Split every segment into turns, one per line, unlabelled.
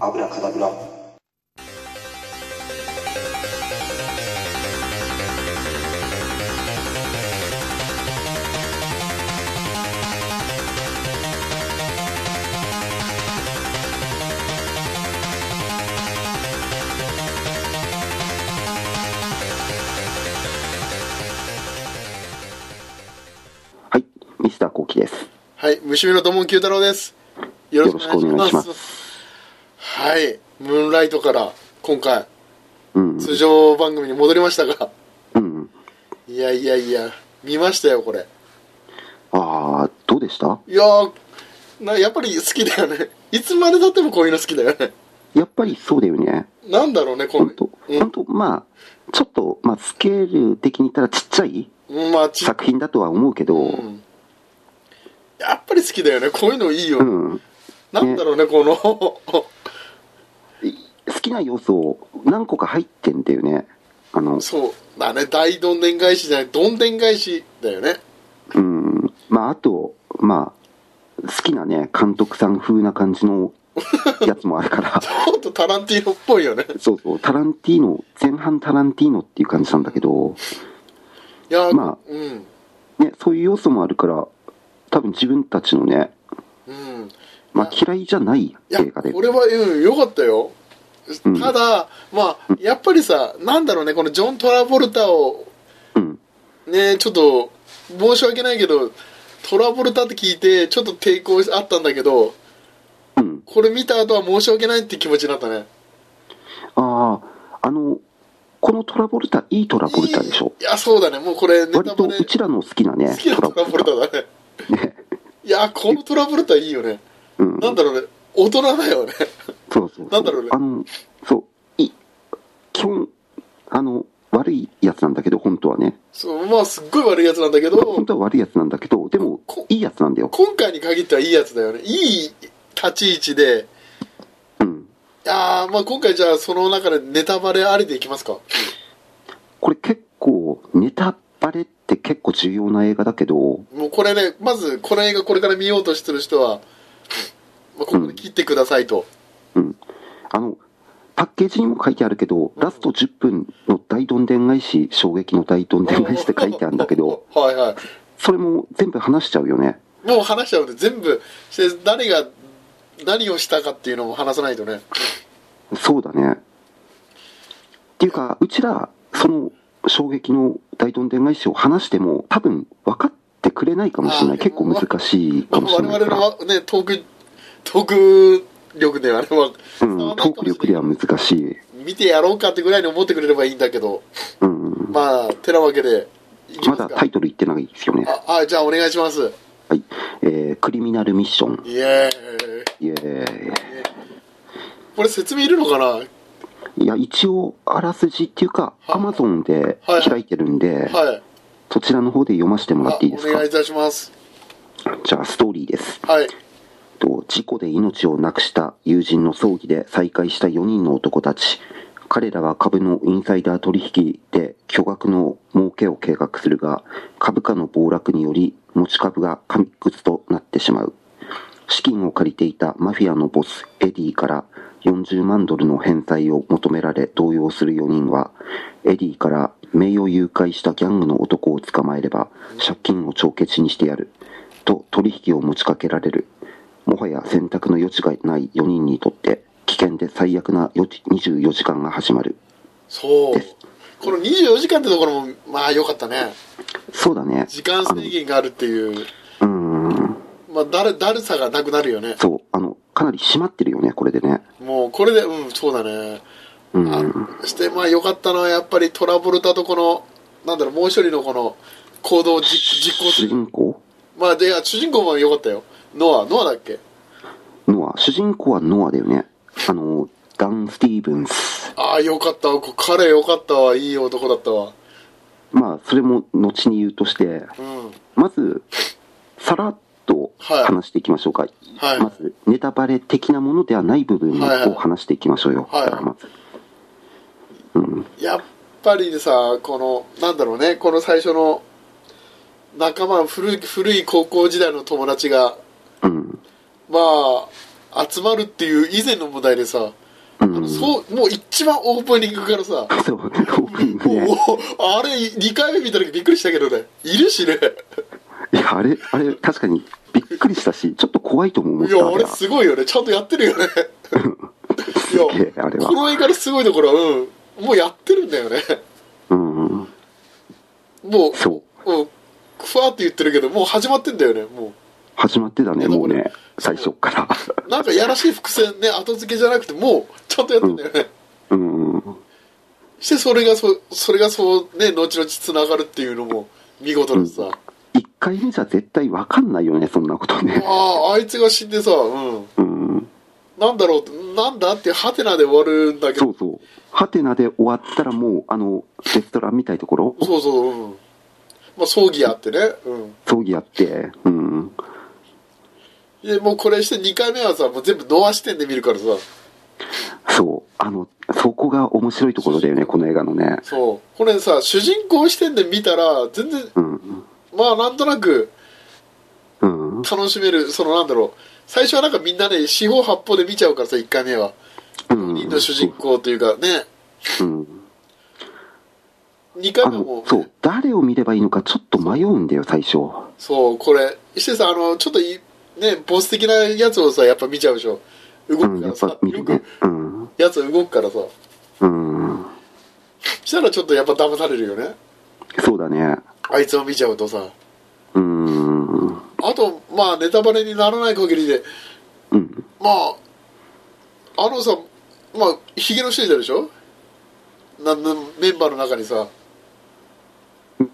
アブラカダブラ
はい、西田幸喜です。
はい、虫目の土門九太郎です。よ
ろしくお願いします
はい、ムーンライトから今回
うん、
通常番組に戻りましたが、
うん、
いやいやいや、見ましたよこれ。
ああ、どうでした
いやー、なやっぱり好きだよね。いつまで経ってもこういうの好きだよね。
やっぱりそうだよね。
なんだろうねこ
本
の
当、本当、まあ、ちょっと、まあ、スケール的に言ったらちっちゃい
うん、まあち、
作品だとは思うけ
う
ど、
ん、やっぱり好きだよね。こういうのいいよ。
うん、
なんだろうねこの
好きな要素を何個か入ってんだよね。あの、
そうだね大どんでん返しじゃないどんでん返しだよね。
うん、まあ、あと、まあ、好きなね、監督さん風な感じのやつもあるから、
ほんとタランティーノっぽいよね。
そうそう、タランティーノ、前半タランティーノっていう感じなんだけど、
いやー、
ま
うん
ね、そういう要素もあるから、多分自分たちのね、
うん
まあ、嫌いじゃない
いや
映画で。
俺はうん良かった
う
よ、
ん
ただまあやっぱりさなんだろうねこのジョン・トラボルタを
うん。
ねちょっと申し訳ないけどトラボルタって聞いてちょっと抵抗あったんだけど
うん。
これ見た後は申し訳ないって気持ちになったね
ああ、あの、このトラボルタ、いいトラボルタでしょ。
いやそうだねもうこれネ
割
タ
と
バレ
うちらの好きな
好
ね、
きなトラボルタだね
ね。
いやこのトラボルタいいよね
うん。
なんだろうね大人だよね
そうそう。
なんだろうね
あの、そう、い、基本、あの、悪いやつなんだけど、本当はね。
そうまあすっごい悪いやつなんだけ
本
ど
当は悪いやつなんだけど、でも
こ、
いいやつなんだよ。
今回に限ってはいいやつだよねいい立ち位置で
うん。
あーまあ今回じゃあその中でネタバレありでいきますか
これ結構、ネタバレって結構重要な映画だけど、
もうこれねまずこの映画これから見ようとしてる人は、まあ、ここで切ってくださいと、
うん。あの、パッケージにも書いてあるけど、ラスト10分の大どんでん返し、衝撃の大どんでん返しって書いてあるんだけ ど、
はいはい
それも全部話しちゃうよね。
もう話しちゃうんで全部して誰が何をしたかっていうのも話さないとね
そうだね。っていうか、うちら、その衝撃の大どんでん返しを話しても、多分分かってくれないかもしれな
あ
い。
ー
結構難しいかもし
我
れない
々
から。
のねトークトーク力ではね、まあ、
うん、トーク力では難しい。
見てやろうかってぐらいに思ってくれればいいんだけど
うん。
まあてなわけでいき
ま
ます
だ
か
タイトル言ってないですよね。
ああじゃあお願いします
はい。えー、クリミナルミッション。
イエーイ
イエーイ。
これ説明いるのかない
や、一応、あらすじっていうか、アマゾンで
はい
開いてるんで、
はい。
そちらの方で読ませてもら
あ
っていいです
お
か
願いい。たします。
じゃあ、ストーリーです。
はい。
と事故で命をなくした友人の葬儀で再会した4人の男たち。彼らは株のインサイダー取引で巨額の儲けを計画するが、株価の暴落により持ち株が紙くずとなってしまう。資金を借りていたマフィアのボスエディから40万ドルの返済を求められ動揺する4人はエディから名誉誘拐したギャングの男を捕まえれば借金を帳消しにしてやると取引を持ちかけられるもはや選択の余地がない4人にとって危険で最悪なよ24時間が始まる
そう。この24時間ってところも、まあ良かったね。
そうだね
時間制限があるっていう、
うーん
まあだる、だるさがなくなるよね。
そうあのかなり締まってるよねこれでね
もう、これで、うん、そうだね。
う
あ
ん
して、まあ良かったのは、やっぱりトラボルタとこの、なんだろう、もう一人のこの、行動を実実行す
主
る。
人公
まあ、で、あ主人公も良かったよ。ノア、ノアだっけ
ノア主人公はノアだよねあのダン・スティーブンス
ああ、良かった。こ彼良かったわ。いい男だったわ。
まあそれも後に言うとして
うん。
まずさらっと話していきましょうか、
はい
まずネタバレ的なものではない部分
はいはい
を話していきましょうよ、
はい
だからまず
やっぱりさこのなんだろうねこの最初の仲間古い古い高校時代の友達が
うん
まあ集まるっていう以前の問題でさ、
うん。
そうもう一番オープニングからさ、
そう、オープニング
もう
ね。
あれ2回目見た時びっくりしたけどねいるしね
いや、あれ、あれ、確かにびっくりしたし、ちょっと怖いとも思っ
いや
た。あ
あ
れ
れ
は。す
すごいよねちゃんとやってるよねい
げ
や
え、あれ
こ
は。
の映画のすごいところはうんもうやってるんだよね
うん。
もう
そう。
うんふわって言ってるけどもう始まってんだよねも
始まってたね、もうね。最初っから。
うなんかやらしい伏線ね後付けじゃなくてもうちゃんとやってんだよね、
うん。
してそれがそそれがそうね後々つながるっていうのも見事でさ、
一回目じゃ絶対わかんないよね、そんなことね。
あああいつが死んでさうん
うん。
なんだろうってなんだってハテナで終わるんだけ
そ
ど
うそう。ハテナで終わったらもう、あの、レストランみたいところ、
そうそううんまあ葬儀やってねうん
葬儀やって、うん。
でもうこれして2回目はさもう全部ノア視点で見るからさ
そう。あの、そこが面白いところだよね、この映画のね。
そうこれさ主人公視点で見たら全然
うん。
まあなんとなく
うん。
楽しめるそのなんだろう最初はなんかみんなね四方八方で見ちゃうからさ1回目は
うん。
人の主人公というかね
うん。
2回
あ
目はも
の、そう。誰を見ればいいのかちょっと迷うんだよ、最初。
そう、これ、してさ、あの、ちょっとい、ね、ボス的なやつをさ、やっぱ見ちゃうでしょ。動
う
く
ん、や
から
っ
さ、
ぱ見る
よ
ね
く。
うん。
やつ動くからさ。
うん。
したらちょっとやっぱ騙されるよね。
そうだね。
あいつを見ちゃうとさ。
うん。
あと、まあ、ネタバレにならない限りで、
うん。
まあ、あのさ、まあ、ヒゲの人いたでしょなんなんメンバーの中にさ、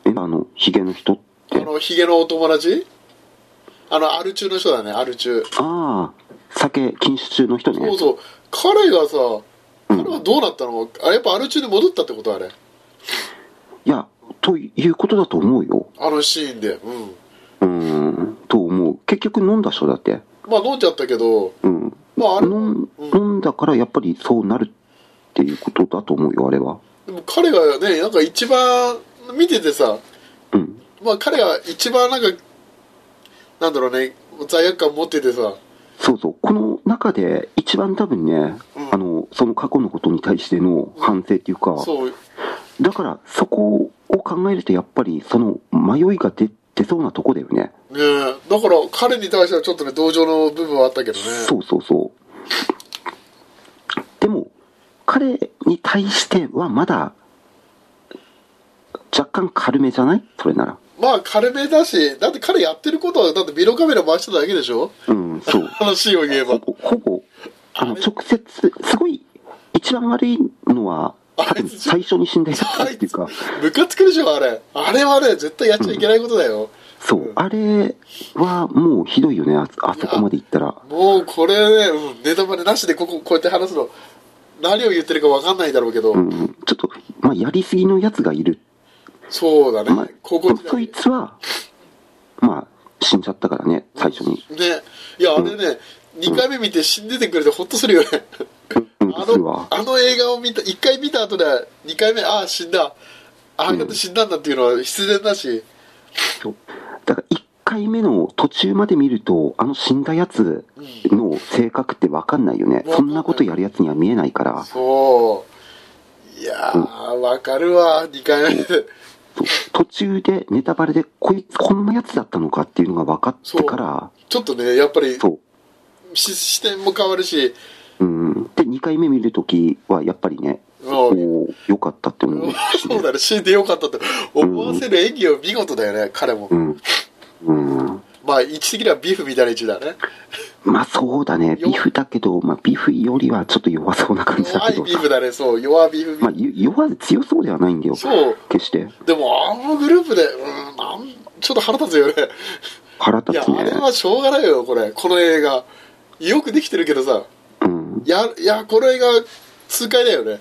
え、あの、ヒゲの人っ
あ
て。
の、ヒゲのお友達あの、アル中の人だね、アル中。
ああ、酒禁酒中の人
そ
ね
う。そう。彼がさ、彼はどうなったのあれ、やっぱアル中に戻ったってことあれ。
いや、ということだと思うよ。
あのシーンで、うん、
うん。と思う。結局飲んだ人だって。
まあ飲んじゃったけど、
うん。
まあ、あれ
飲ん
うん
飲んだからやっぱりそうなるっていうことだと思うよ、あれは。
でも彼がね、なんか一番見ててさ、
うん。
まあ、彼が一番なんか、なんだろうね、罪悪感持っててさ、
そうそう。この中で一番多分ね、
うん
あの、その過去のことに対しての反省っていうか、
そう、
だからそこを考えるとやっぱりその迷いが出出そうなとこだよね。
ねえだから彼に対してはちょっとね、同情の部分はあったけどね。
そうそうそう。でも、彼に対してはまだ、若干軽めじゃないそれなら。
まあ、軽めだし、だって彼やってることは、だってビデオカメラ回してただけでしょ
うん、そう。
話を言え
ほ。
ば
ぼ、ほぼ、あの、
あれ
直接、すごい、一番悪いのは、多
あい
分
つ
最初に死んだやつっていうか、
ムカつくでしょ、あれ。あれはね、絶対やっちゃいけないことだよ。
そう、あれはもうひどいよね、ああそこまで行ったら。
もうこれね、うんネタバレなしでこここうやって話すの何を言ってるか分かんないだろうけど、
うん、ちょっと、まあ、やりすぎのやつがいる。
そうだね、
まあ、
高校時
そ
代
いつは、まあ、死んじゃったからね、最初に。
ねいやあれね、2回目見て死んでてくれてホッとするよね
うん、
あ
それ
の
は。
あの映画を見た1回見た後で2回目ああ死んだああやって死んだんだっていうのは必然だし、
そうだから1回目の途中まで見るとあの死んだやつの性格って分かんないよね、
うん
そんなことやるやつには見えないから
そういやー分かるわ2回目で
そう途中でネタバレでこいつこんなやつだったのかっていうのが分かってから
ちょっとねやっぱり
そう
し視点も変わるし
うんで2回目見るときはやっぱりね
もう
おーよかったって思うね
そうだね、死んでよかったと思わせる演技は見事だよね、彼も
う。ん、うん、
まあ、位置的にはビーフみたいな位置だね。
まあそうだねビフだけど、まあ、ビフよりはちょっと弱そうな感じだ
弱
け
い
ど
ビー
さ
フ、だね、そう、弱ビーフ
まあ、ゆ弱強そうではないんだよ
そう
決して
でも、あのグループで、うーん、なんちょっと腹立つよね。
腹
い
立
や、
つ
あ
ね
れはしょうがないよ、これ、この映画。よくできてるけどさ、
うん
いや、いや、この映画、痛快だよね。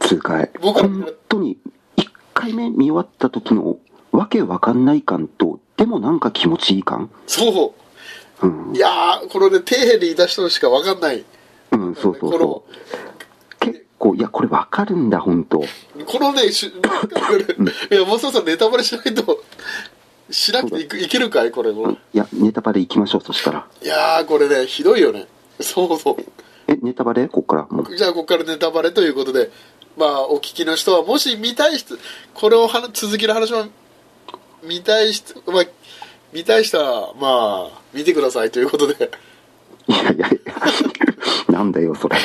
痛快
僕は
本当に1回目見終わった時のわけわかんない感とでもなんか気持ちいい感
そうう。
ん、
いやー、このね、底辺にいた人しかわかんない。
うん、そうそう
こ
そう結構いやこれわかるんだ本当
の、このね、しいや、マサさんネタバレしないと、しなくていくいけるかいこれも。
いやネタバレいきましょうそしたら
いやーこれねひどいよねそうそ
え、ネタバレこっから。もう
う。じゃあ、ここからネタバレということで、まあ、お聞きの人は、もし見たい人、これをはな続きの話を見たい人、まあ、見たい人は、まあ、見てくださいということで。
いやいやいやなんだよ、それ。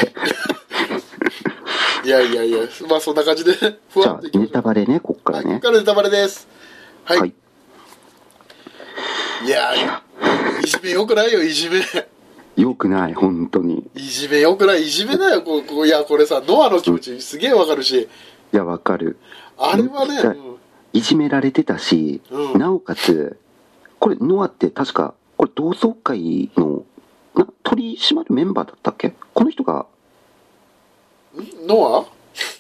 いやいやいや、まあ、そんな感じで、ふ
じ
わ
ゃ
っといき
あ、
ま
ネ
しょ
タ
う。
バレね、こっから
はい、ここ
ね。
からネタバレです。はい。
はいい、
やー、いじめよくないよ、いじめ。
よくない、本当に。
いじめよくない、いじめだよ、こうこういや、これさ、ノアの気持ちすげえわかるし、
いや、わかる。
あれはね、
うん
うん
いじめられてたし、
うん
なおかつ、これ、ノアって確か、これ、同窓会の、な、取り締まるメンバーだったっけこの人が、
ノ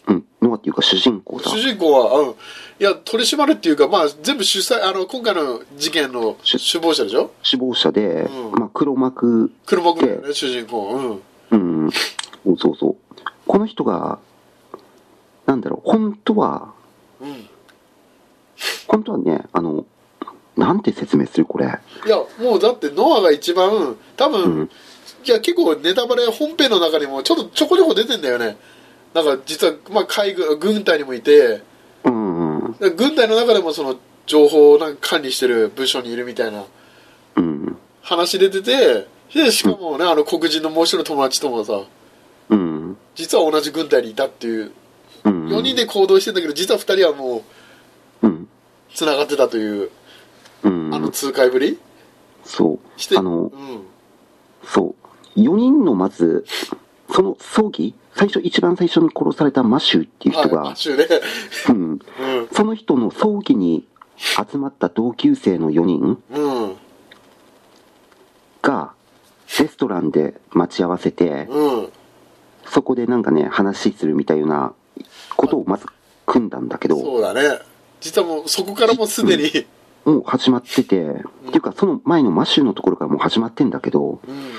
うん、ノアっていうか主人公
ア
だ
主。人公は、うん、いや、取り締まるっていうか、まあ、全部主催、あの、今回の事件の
し
首謀者でしょ
死亡者で、
うん
まあ、黒幕、
車くんだよね、主人公。うん。
うん、そうそうそう。この人が、なんだろう、本当は、
うん。
本当はね、あの、なんて説明するこれ。
いや、もうだって、ノアが一番、多分、
うん。
いや結構ネタバレ本編の中にもちょっとちょこちょこ出てんだよねなんか実は、まあ、海軍軍隊にもいて
うん。うん
軍隊の中でもその情報をなんか管理してる部署にいるみたいな
うん。
話出ててでしかもねあの黒人のもう一人の友達ともさ
うん。
実は同じ軍隊にいたっていう
うん。
4人で行動してんだけど実は2人はもう
うん。
つながってたという
うん。
あの痛快ぶり
そ
して
う。あの、
うん
そう。4人のまず、その葬儀、最初、一番最初に殺されたマシューっていう人が、
はい、週ね
うん。
うん
その人の葬儀に集まった同級生の4人
うん
が、レストランで待ち合わせて、
うん
そこでなんかね、話するみたいなことをまず組んだんだけど、
そうだね実はもうそこからもうすでに
もう始まってて、っていうかその前のマシューのところからもう始まってんだけど、
うん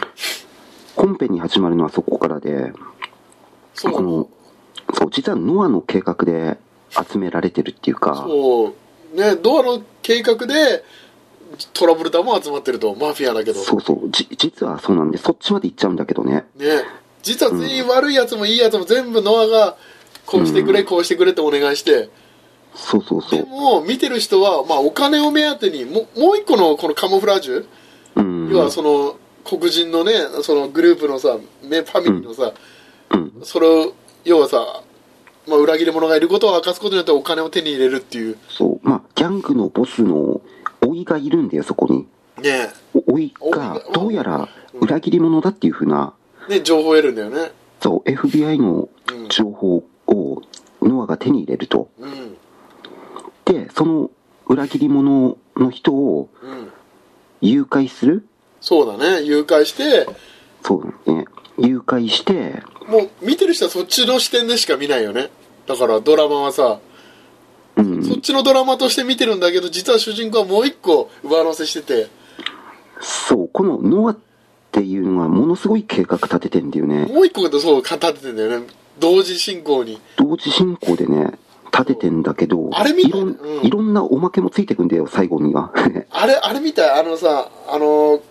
本編に始まるのはそこからで、
そう
この、そう、実はノアの計画で集められてるっていうか、
そうねドアの計画でトラブルタも集まってるとマフィアだけど
そうそう、じ、実はそうなんで、そっちまで行っちゃうんだけどね。
ね実は全員悪いやつもいいやつも全部ノアがこうしてくれ、こうしてくれってお願いして
そうそうそ
で
う。
も見てる人は、まあ、お金を目当てにももう一個のこのカモフラージュ、
うん。
要はその黒人のねそのグループのさねファミリーのさ、
うん。
それを要はさ、まあ、裏切り者がいることを明かすことによってお金を手に入れるっていう
そう。まあ、ギャングのボスの、老いがいるんだよ、そこに。
ね
お老いが、どうやら裏切り者だっていうふうな、
ね情報を得るんだよね
そう、FBI の
うん
情報をノアが手に入れると。
うん
で、その裏切り者の人を
うん
誘拐する
そうだね誘拐して
そうだね。誘拐して、
もう見てる人はそっちの視点でしか見ないよねだからドラマはさ、
う
そっ
ん、
ちのドラマとして見てるんだけど実は主人公はもう一個上乗せしてて
そう、このノアっていうのはものすごい計画立ててんだよね。
もう一個がそう語っててんだよね同時進行に
同時進行でね、立ててんだけど、
あれ見た
いろん
うん
いろんなおまけもついてくんだよ、最後には。
あれあれみたいあのさあの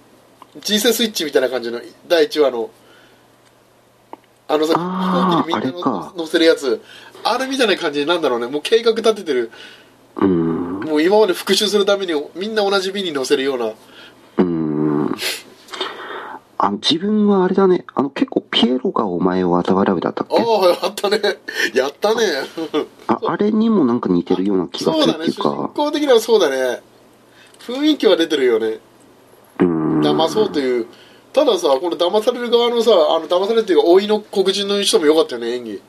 人生スイッチみたいな感じの第1話のあのさ
あー
飛行機に
あれ
みんなの
か
乗せるやつあれみたいな感じになんだろうねもう計画立ててる
うん、
もう今まで復讐するためにみんな同じ便に乗せるような
うん。あの、自分はあれだね、あの、結構ピエロがお前を嘲笑うだったっ
あ
け
あやったね やったね
ああれにもなんか似てるような気が
そう
する
だ
って
ね
いう
主人
か、
公的にはそうだね雰囲気は出てるよね
うーん。
騙そうというたださこの騙される側のさあの騙されるっていうか老いの黒人の人も良かったよね演技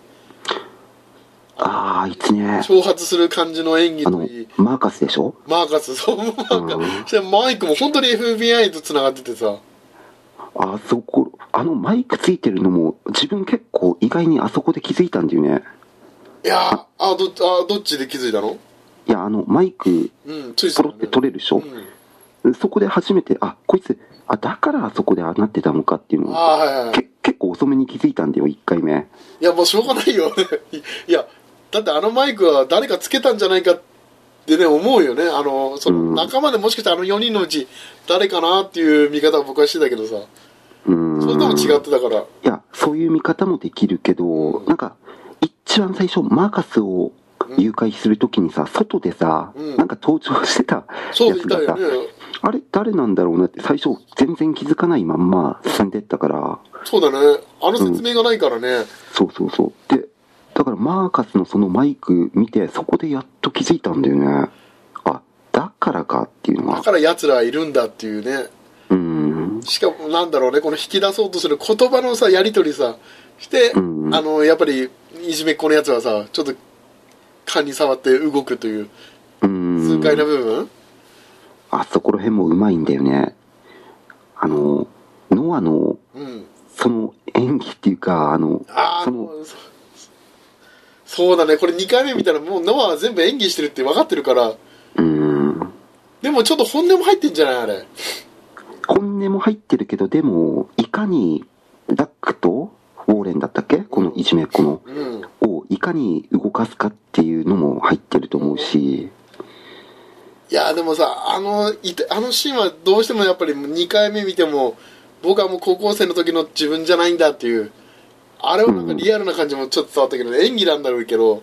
ああ、いつね。
挑発する感じの演技
あ
と
の
いい、
マーカスでしょ
マーカスそうマー
う
カスしてマイクも本当に FBI とつながっててさ
あそこ、あのマイクついてるのも、自分結構意外にあそこで気づいたんだよね。
いやーあどあどっちで気づいたの
いや、あの、マイク、
うんつい
ポロって取れるでしょ、
うん、
そこで初めて、あ、こいつ、あ、だからあそこでああなってたのかっていうの
あ
を、
あはいはいはい
け結構遅めに気づいたんだよ、1回目。
いやもうしょうがないよ いやだってあのマイクは誰かつけたんじゃないかってね思うよねあのその
うん
仲間でもしかしたらあの4人のうち誰かなっていう見方を僕はしてたけどさ
うーん
それとも違ってたから
いや、そういう見方もできるけど、なんか、一番最初、マーカスを誘拐するときにさ、外でさ、
うん
なんか登場してた
そう
や
で
つ
いた
が
よ
さ、
ね
あれ、誰なんだろうなって、最初、全然気づかないまんま進んでったから、
そうだねあの説明がないからね、
そうそうそう。で、だからマーカスのそのマイク見て、そこでやっと気づいたんだよね。あ、だからかっていうの
だ
が。
から奴らいるんだっていうね
うん。
しかもなんだろうねこの引き出そうとする言葉のさやり取りさして、
うん
あのやっぱりいじめっ子のやつはさちょっと勘に触って動くという
うん。
痛快な部分、
あそこら辺もうまいんだよね。あの、ノアの、
うん、
その演技っていうか、あの、
ああ
その、
そそうだねこれ2回目見たらもうノアは全部演技してるって分かってるから
うん。
でもちょっと本音も入ってんじゃないあれ
本音も入ってるけど、でも、いかに、ダックと、ウォーレンだったっけこのいじめっ子の、
うん
をいかに動かすかっていうのも入ってると思うし、
いやでもさあのいてあのシーンはどうしてもやっぱり2回目見ても僕はもう高校生の時の自分じゃないんだっていうあれはなんかリアルな感じもちょっと伝わったけど、演技なんだろうけど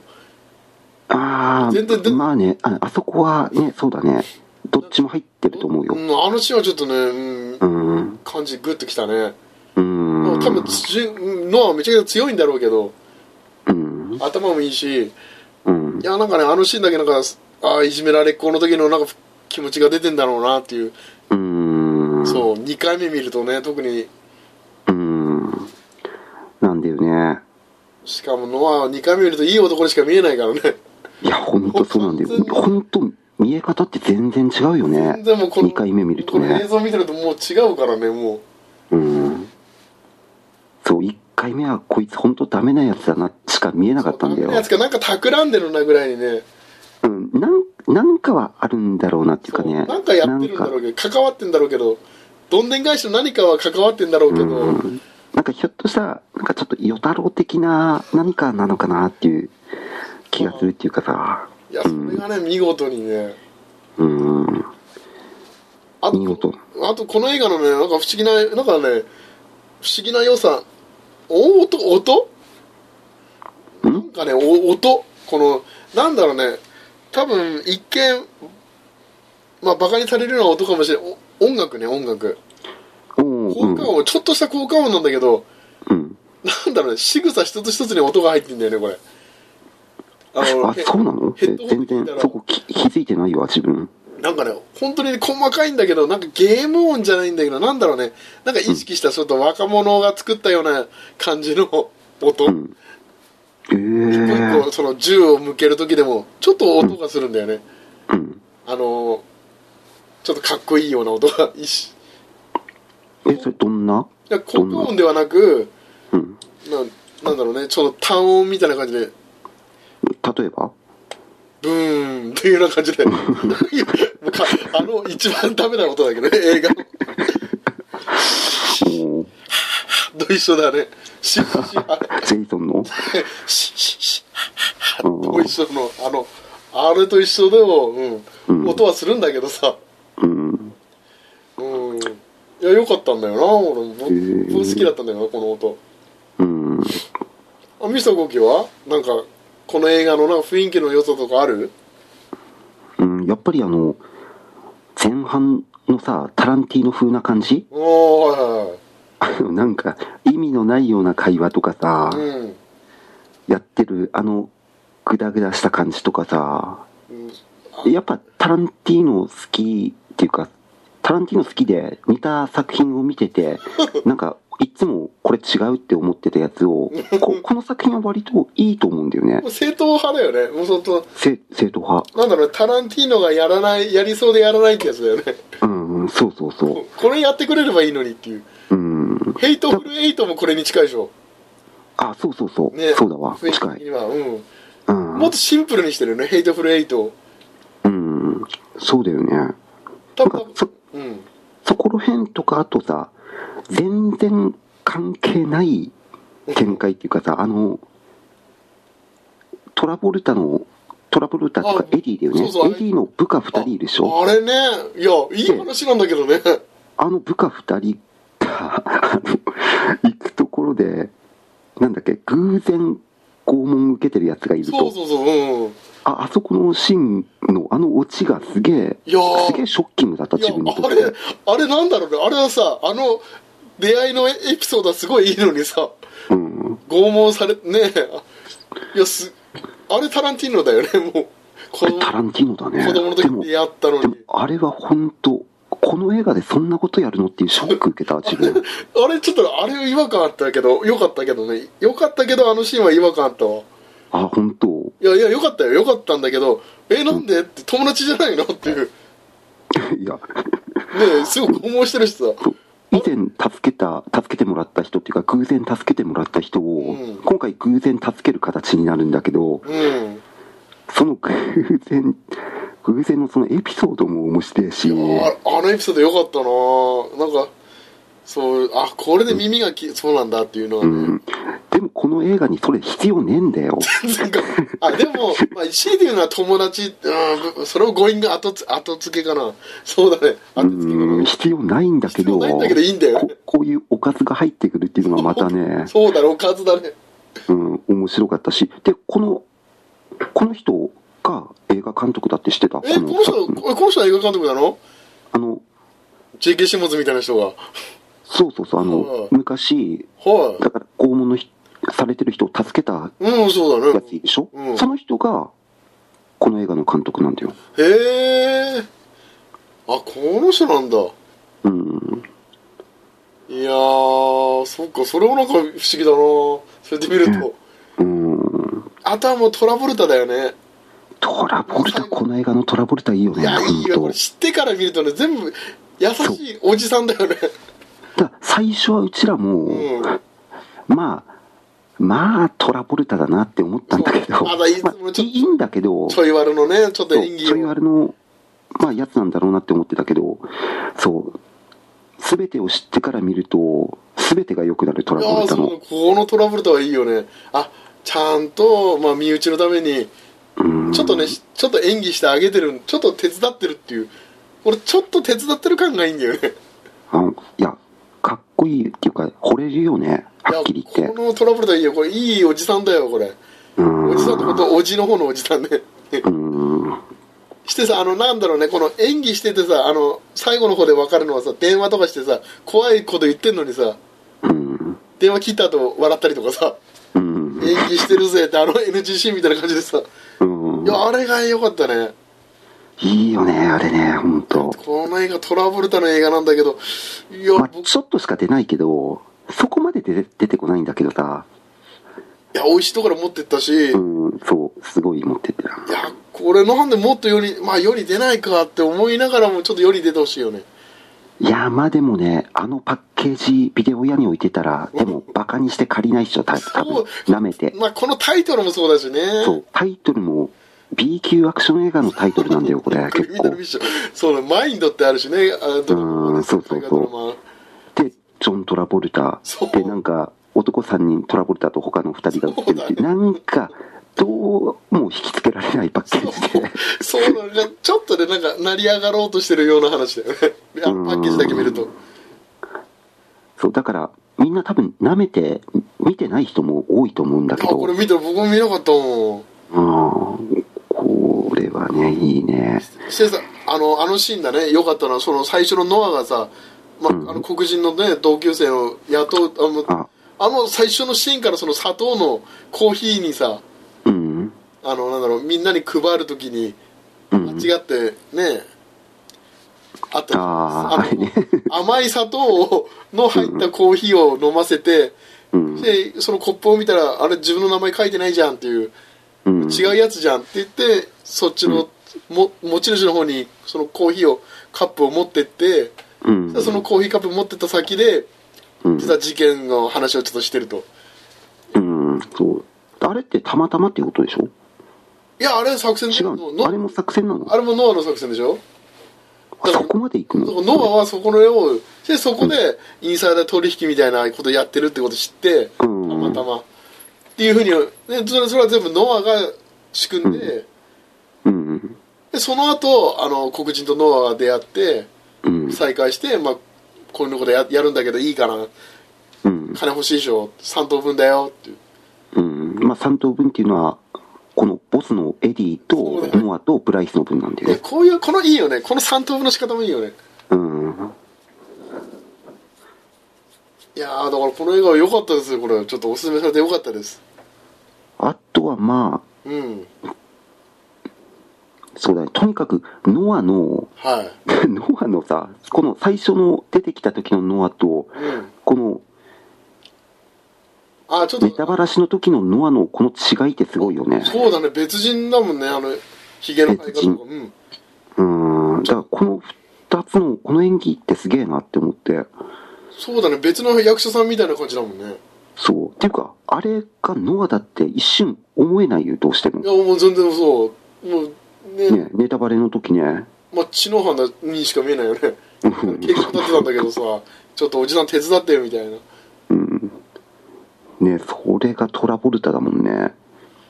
あ
全然で
あ、まあねあ、あそこはね、そうだね、どっちも入ってると思うよ
う。ん、あのシーンはちょっとね、うん
う、ん、
感じグッときたね、
う
も
ん
う、多分じゅうんノアはめちゃくちゃ強いんだろうけど
うん、
頭もいいしい
うん、
やなんかねあのシーンだけなんかあーいじめられっ子の時のなんか気持ちが出てんだろうなっていう、
うん、
そう2回目見るとね特に
うん、なんだよね。
しかもノアは2回目見るといい男にしか見えないからね
いや、ほんとそうなんだよ。ほんと、見え方って全然違うよね
全。然もうこの
2回目見ると
この映
ね。
像見てるともう違うからねもう
うん。そう、1回目はこいつほんとダメなやつだな、しか見えなかったんだよ
や。つがなんか企んでるなぐらいにね
うん、なん、なんかはあるんだろうなっていうか
そう
ね。
なんかやってるんだろうけど関わってんだろうけどどんでん返しの何かは関わってんだろうけど、
うんなんかひょっとしたら、なんかちょっと与太郎的な何かなのかなっていう気がするっていうかさ、
いやそれがね見事にね
うん、
あ
見事
と。あとこの映画のねなんか不思議ななんかね不思議な良さお音音なんかねお音このなんだろうね多分一見まあバカにされるような音かもしれないお音楽ね音楽
おおう
効果
ん、
音、ちょっとした効果音なんだけど
うん。
なんだろうね仕草一つ一つに音が入ってんだよねこれあ
あ、
へ
そうなの
ヘ
え
ッドホ
全
ンで聞い
然
たら
そこき気づいてないわ、自分。
なんかね本当にね細かいんだけどなんかゲーム音じゃないんだけどなんだろうねなんか意識したちょっと若者が作ったような感じの音、
うん。ええ
結
ー
構。その銃を向ける時でもちょっと音がするんだよね、
うん。
あのーちょっとかっこいいような音がいし
え、それどんない
や効果音ではなく
うん。
ななんだろうねちょっと単音みたいな感じで
例えば
ブーンっていうような感じで もうかあの一番ダメな音だけどね映画の
おー
と一緒だねシッシッ
ジェイソン の
シッシッシッ
うん
と一緒のあのあれと一緒でも、うん
うん
音はするんだけどさ
うん。
うんいや良かったんだよな俺も僕
ー
好きだったんだよなこの音
うん。
あミスターゴキはなんかこの映画のな雰囲気の良さとかある
うん。やっぱりあの、前半のさ、タランティーノ風な感じ
ああはいはい
あのなんか意味のないような会話とかさ、
うん
やってるあのグダグダした感じとかさ
うん
やっぱタランティーノ好きっていうかタランティーノ好きで似た作品を見て てなんかいつもこれ違うって思ってたやつを ここの作品は割といいと思うんだよね
もう正統派だよねもうそ当
せ正統派
なんだろうねタランティーノがやらないやりそうでやらないってやつだよね
うんうんそうそうそ
これやってくれればいいのにっていう
ううん
ヘイトフルエイトもこれに近いでしょ
あそうそうそう、
ね
そうだわ
雰囲気
近
的
い
にはうん
うん
もっとシンプルにしてるよねヘイトフルエイトを
うんそうだよね
多
なん
分
かそ
うん
そこら辺とか、あとさ、全然関係ない展開っていうかさ、あの、トラボルタの、トラボルタとか
あ
エディだよね。
そうそうあ
エ
れ
ディの部下二人いるでしょ
あれねいやいい話なんだけどね
あの部下二人が、あの行くところでなんだっけ偶然拷問受けてるやつがいる
そう
と
そうそう、うんうん。
ああそこのシーンのあのオチがすげえ
いやー
すげえショッキングだった
いや
自分にと
あ
っ
れ
て
あれなんだろうねあれはさあの出会いのエピソードはすごいいいのにさ
うん
拷問されねえいやすあれタランティーノだよね もう
あ
子
れ
供
タランティーノだね
子供の時
でも
にやったの
でも
に
あれは本当この映画でそんなことやるのっていうショック受けた自 分
あれちょっとあれ違和感あったけどよかったけどねよかったけどあのシーンは違和感あったわ
あ本当
いやいやよかったよよかったんだけどえなんでって友達じゃないのっていうね
いや
えすごい拷問してるしさ
そう以前助けた助けてもらった人っていうか偶然助けてもらった人を、
うん
今回偶然助ける形になるんだけど
うん
その偶然偶然のそのエピソードも面白いし
ああのエピソードよかったななんかそうあこれで耳がき、そうなんだっていうのは
う
ね、
んでもこの映画にそれ必要ねえんだよ
なんかあでも、まあ、強いて言うのは友達、うん、それを強引が後つ後付けかなそうだね
う
後付けかな、
ん必要ないんだけ
必
ど
要ないんだけどいいんだよ
ここういうおかずが入ってくるっていうのがまたね
そうだねおかずだね
うん、面白かったし、で、この、この人が映画監督だって知ってた
えこ
作
の人
品
ここの人は映画監督なの
あの、
JK シモズみたいな人が
そうそうそう、あの、
う
昔、
は
だから拷問のひされてる人を助けた
いうんそうだ
や
ね
ついるでしょ、
うん
その人が、この映画の監督なんだよ。
へえあこの人なんだ
うん。
いやーそっかそれもなんか不思議だなそれで見ると、
うん。
あとはもうトラボルタだよね
トラボルタ、この映画のトラボルタいいよ
い
ね、
や
ほ
い
ん
いよことれ。知ってから見るとね全部優しいおじさんだよね
だから最初はうちらも、
うん
まあ、まあ、トラボルタだなって思ったんだけど、
そうまだいつも
まあ
ちょっと
いいんだけど、
ちょい悪のねちょっと
そう
演技
ちょい
を
悪の、まあ、やつなんだろうなって思ってたけどそう全てを知ってから見ると全てが良くなるトラ
いや
ボル
ー
タ
そ
の
うこのトラブルとはいいよねあちゃんと、まあ、身内のために
うん
ちょっとねしちょっと演技してあげてるちょっと手伝ってるっていうこれちょっと手伝ってる感がいいんだよね
あのいやかっこいいっていうか惚れるよね
いや
はっきり言っ
こ
て
のトラブルとはいいよこれいいおじさんだよこれ
うん
おじさんってことおじの方のおじさんね
うん
してさあのなんだろうねこの演技しててさあの最後の方で分かるのはさ電話とかしてさ怖いこと言ってんのにさ
うん
電話切った後笑ったりとかさ
うん
演技してるぜってあの NGC みたいな感じでさ
うん
いやあれが良かったね
いいよねあれね本当
この映画トラブルタの映画なんだけどいや,、
まあ
僕い
ちょっとしか出ないけどそこまで出て出てこないんだけどさ
や美味しいところ持ってったし、
う
い
んそうすごい持ってってた
やこれなんでもっと世にまあ世に出ないかって思いながらもちょっと世に出てほしいよね
いやーまあでもねあのパッケージビデオ屋に置いてたらでもバカにして借りないっしょた多分
そう
なめて
まあこのタイトルもそうだしね
そうタイトルも B 級アクション映画のタイトルなんだよこれ
クリ
結
ミナ
構
ルミッションそうねマインドってあるしねあの
うんそうそうそう
まあ
でジョン・トラボルタ
そう
でなんか男3人トラボルタと他の2人が映ってるって
そう
い
だ
うなんかどうも引きつけられないパッケージで
そうなんかちょっとでなんか成り上がろうとしてるような話だよねいやパッケージだけ見ると
そうだからみんな多分なめて見てない人も多いと思うんだ
あ
けど
これ見た僕も見なかったもん
うんこれはねいいね
してさあのあのシーンだねよかったのはその最初のノアがさ、まあ、あの黒人のね同級生を雇うあの
あ
あの最初のシーンからその砂糖のコーヒーにさ
うん
あのなんだろうみんなに配るときに
うん
間違ってねあった
あーあれね
の甘い砂糖をの入ったコーヒーを飲ませて、
うん
でそのコップを見たらあれ自分の名前書いてないじゃんっていう
うん
違うやつじゃんって言ってそっちの、も持ち主の方にそのコーヒーをカップを持ってって、
うん
そのコーヒーカップ持ってった先で
うん
実は事件の話をちょっとしてると
うん、そうあれってたまたまっていうことでしょ
いやあれ作戦
違う
の
のあれも作戦なの
あれもノアの作戦でしょ
あそこまで行く
だから
の
ノアはそこの絵をでそこでインサイダー取引みたいなことやってるってこと知ってた
うん
またまっていうふうにでそれそれは全部ノアが仕組んで,、
うん
でその後あの黒人とノアが出会って
うん
再会して、まあ、こういうことややるんだけどいいかな金欲しいでしょ3等分だよっていう
うんまあ、3等分っていうのはこのボスのエディ
そう
と
だね
ノアとブライスの分なんで
いや
ね、
こういうこのいいよねこの3等分の仕方もいいよね
うん、
いやーだからこの映画は良かったですよこれちょっとおすすめされて良かったです
あとはまあ
うん
そうだねとにかくノアの
はい
ノアのさこの最初の出てきた時のノアと
うん
この
あちょっ
ネタ
と
バラシの時のノアのこの違いってすごいよね
そうだね別人だもんねあのヒゲの生え方とかうん
うんだからこの2つのこの演技ってすげえなって思って
そうだね別の役者さんみたいな感じだもんね
そうっていうかあれがノアだって一瞬思えないよどうしても
いやもう全然そうもうね
ねネタバレの時ね
まあ知能犯にしか見えないよね
うん
結構立ってたんだけどさちょっとおじさん手伝ってよみたいな
ねそれがトラボルタだもんね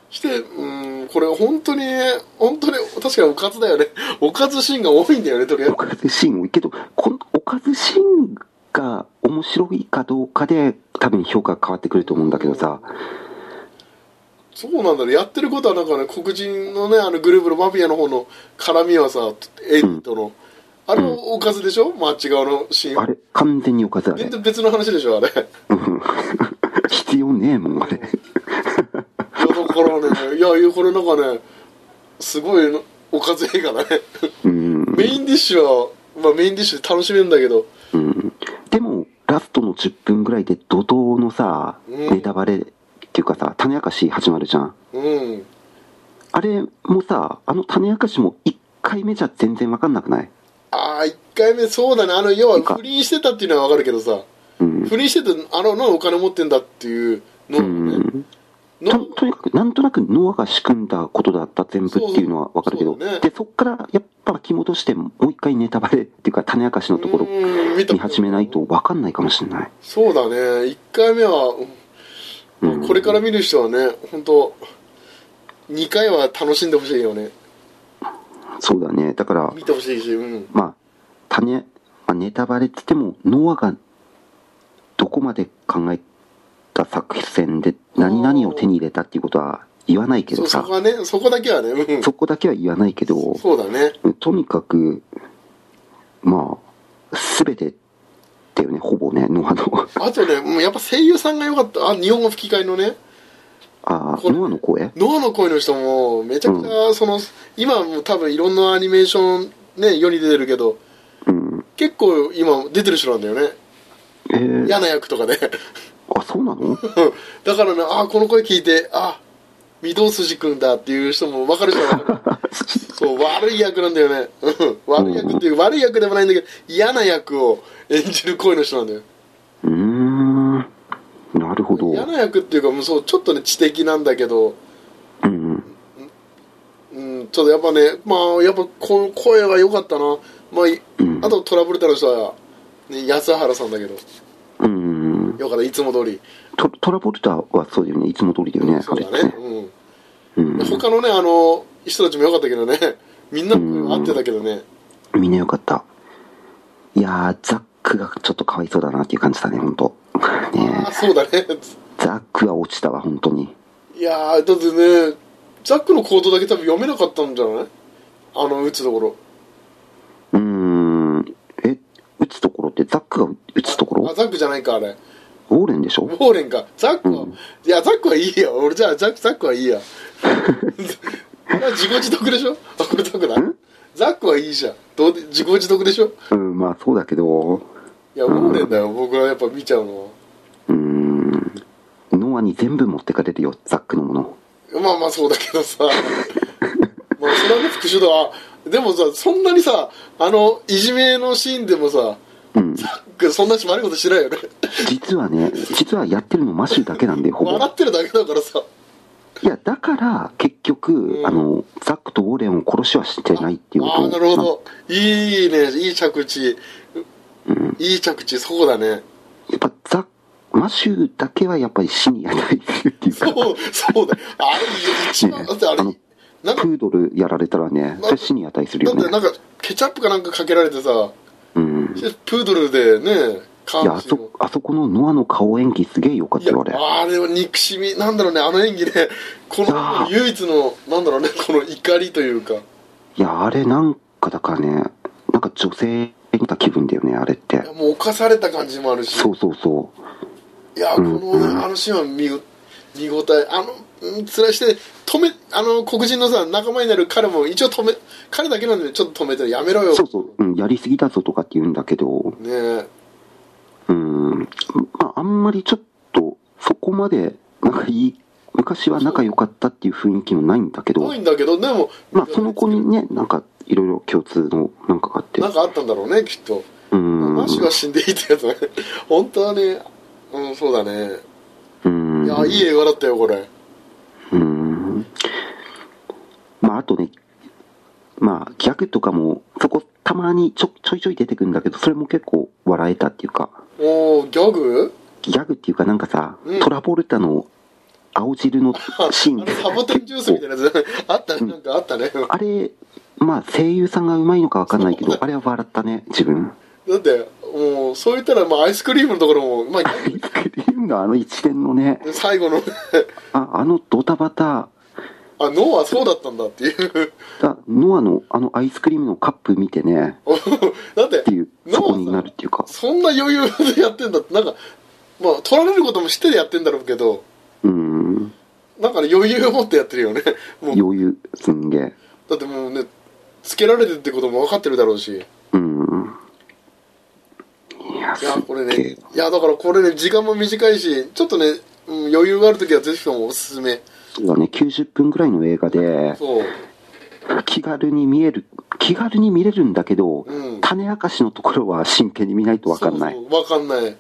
してうんこれ本当にね本当に確かにおかずだよねおかずシーンが多いんだよねとりあえ
おかずシーン多いけどこのおかずシーンが面白いかどうかで多分評価が変わってくると思うんだけどさ
ずそうなんだねやってることはなんかね黒人のねあのグループのマフィアの方の絡みはさエイトの、あれもおかずでしょマッチ側のシー
あ
ン
れ完全におかずあ
全
れ
然別の話でしょあれ
必要ねえもんあれ
いやだからねいやいやこれなんかねすごいのおかず映画だね
うん
メインディッシュは、まあ、メインディッシュで楽しめるんだけど
うんでもラストの10分ぐらいで怒涛のさ
うん
ネタバレっていうかさ種明かし始まるじゃん
うん
あれもさあの種明かしも1回目じゃ全然わかんなくない
ああ1回目そうだねあの要
なんか
は不倫してたっていうのは分かるけどさ
うん
不倫しててあののお金持ってんだっていうの
う
ね
んと
の
とにかくなんとなくノアが仕組んだことだった全部っていうのはわかるけど
そうそうそうだね
でそっからやっぱ巻き戻してもう一回ネタバレっていうか種明かしのところ
うん見た
見始めないとわかんないかもしれない
そうだね1回目は、うん
うん
これから見る人はね本当2回は楽しんでほしいよね
そうだねだから
見てほしいしうん
まあ種、まあ、ネタバレって言ってもノアがどこまで考えた作戦で何々を手に入れたっていうことは言わないけ
そ
ど
うそ
さ
こはねそこだけはねうん
そこだけは言わないけど
そうだね
とにかくまあ全てだよねほぼねノア の
あとねもうやっぱ声優さんが良かったあ日本語吹き替えのね
あ
こ
あ
れ
ノアの声
脳の声の人もめちゃくちゃその、今も多分いろんなアニメーションね世に出てるけど
うん
結構今出てる人なんだよね
えー、
嫌な役とかで
あそうなの
だからねあこの声聞いてあ御堂筋くんだっていう人も分かる人 は分かるそう悪い役なんだよねうん悪い役っていう悪い役でもないんだけど嫌な役を演じる声の人なんだよ
うーんなるほど
嫌な役っていうかもうそうちょっとね知的なんだけど
うん
うん、ちょっとやっぱね、まあ、やっぱこう声は良かったな、まあい
うん、
あとトラブルタの人は、ね、安原さんだけど、
うん
よかった、いつも通り、
トトラボルタはそうだよねいつも通りだよね
そうだね、うん
うん、
他のね、あの人たちも良かったけどね、 みんなの声合ってたけどね、
みんなよかったいやーザックがちょっとかわいそうだなっていう感じだね本当ね
あそうだね、
ザックは落ちたわ本当に
いやー、だってね、ザックの行動だけ多分読めなかったんじゃないあの打つところ、
うーんえ打つところってザックが打つとこ
あ
ろ
ザックじゃないか、あれ、
ウォーレンでし
ウ
ょ
ォーレンか、ザックは、
うん
いや、ザックはいいよ、俺じゃあ、ザックザックはいいや。 これは自業自得でしょあこれザックだ
ん
ザックはいいじゃんどうで自業自得でしょ
うんまあそうだけど
いやウォーレンだよ僕はやっぱ見ちゃうの
うーんノアに全部持ってかれるよザックのもの
はまあまあそうだけ どさまあそれはね復讐だわでもさそんなにさあのいじめのシーンでもさ
うん
ザックそんな悪いことしないよね
実はね実はやってるのマシューだけなんでほぼ
笑ってるだけだからさ
いやだから結局、
ん
あのザックとウォーレンを殺しはしてないっていうこと
ああなるほどいいねいい着地いい着地そうだね
やっぱザマシューだけはやっぱり死にやないっていうか
そうそうだあれ一番だってあれ
ね
なんか
プードルやられたらねそれ死に値する
だ
よ
って
ね
なんかケチャップかなんかかけられてさ
うん
プードルでね感
いや、あ
心
そ、あそこのノアの顔演技すげえよかっ
い
た
や
よ、あれ。
あれは憎しみなんだろうねあの演技ねこ
あ
の
ー
唯一のなんだろうねこの怒りというか
いや、あれなんかだからね、なんか女性見た気分だよね、あれって。
もう侵された感じもあるし
そうそうそう。
いや
う
こ
ん
の、ねあのシーンは見ご見応えあのうん面して止めあの黒人のさ仲間になる彼も一応止め彼だけなんでちょっと止めてやめろよ
そうそう、うん、やりすぎだぞとかって言うんだけど、
ねえ
うん、まあ、あんまりちょっと、そこまで、なんかいい、昔は仲良かったっていう雰囲気のないんだけど
多い、んだけどでも
まあ、その子にね、なんか、いろいろ共通のなんかがあって
な、んかあったんだろうねきっと
うん、
マシは死んでいいってやつ ね本当はねうんそうだね
うん、
いやいい映画だったよこれ
うん。まあ、あとね、まあ、ギャグとかも、そこ、たまにちょちょいちょい出てくるんだけど、それも結構笑えたっていうか、
おーギャグ
ギャグっていうか、なんかさ、
うん
トラボルタの青汁のシー
あのサ
ン、
ボテンジュースみたいなやつねあったねなんかあったね
あれ、まあ、声優さんがうまいのかわかんないけど、あれは笑ったね、自分。
だってもうそう言ったらまあアイスクリームのところもまあギャグ
ビッグリームのあの一連のね、
最後の
ああのドタバタ、
あ脳はそうだったんだっていう
あノアのあのアイスクリームのカップ見てね、
だって
っていう、
ノア
そ
さ
こになるっていうか、
そんな余裕でやってんだってなんかまあ取られることも知っててやってんだろうけど
うん、
なんかね余裕を持ってやってるよねもう
余裕、すんげえ。
だってもうねつけられてるってことも分かってるだろうし
うん。いや、
い
す
や
っ
これ
げ
ね
え。
いやだからこれね時間も短いしちょっとね、うん、余裕がある時はぜひともおすすめ
そうだね、90分ぐらいの映画で、
そう
気軽に見える、気軽に見れるんだけど、
うん
種明かしのところは真剣に見ないとわかんない。
そうそうわかんない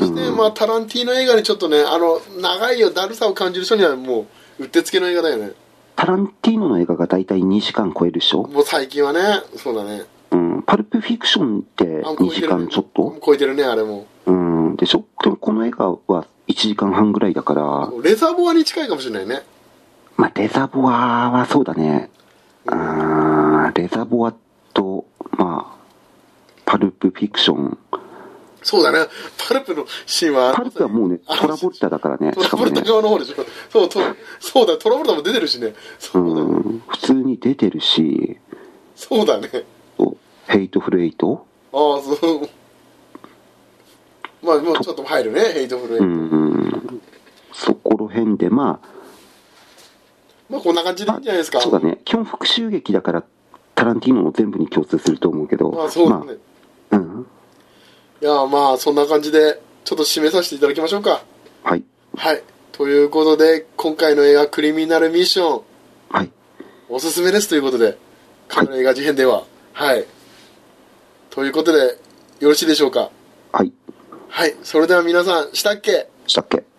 そして、まあタランティーノ映画にちょっとねあの長いよだるさを感じる人にはもううってつけの映画だよね
タランティーノの映画が大体2時間超えるでしょ、
もう最近はねそうだね
うん、パルプフィクションって
あ超
2
え
時
てる
間ちょっと、
超えてるねあれも
うん、でしょでもこの映画は1時間半ぐらいだから、
レザーボアに近いかもしれないね
まあ、レザボアはそうだね。あーレザボアと、まあ、パルプフィクション。
そうだねパルプのシーンは
パルプはもうね、
あ
トラボルタだからね、
ト
し
ラ
か
ボ
も
ル
ね
タ、側の方でしょそうとそうだトラボルタも出てるしね
う
そうだ,、
ん、普通に出てるし、
そうだね
おヘイトフルエイト
ああそうまあもうちょっと入るねヘイトフルエイ
う
ト、
ん、そこら辺で、ま
まあこんな感じでいいんじゃないですか、
あ、そうだね、基本復讐劇だから、タランティーノの全部に共通すると思うけど、
まあそうだね、
まあうん、
いやまあそんな感じでちょっと締めさせていただきましょうか
はい、
はいということで今回の映画「クリミナルミッション
はい、」
おすすめですということで
はい
彼の映画事変でははいということでよろしいでしょうか
はい、
はいそれでは皆さんしたっけ
したっけ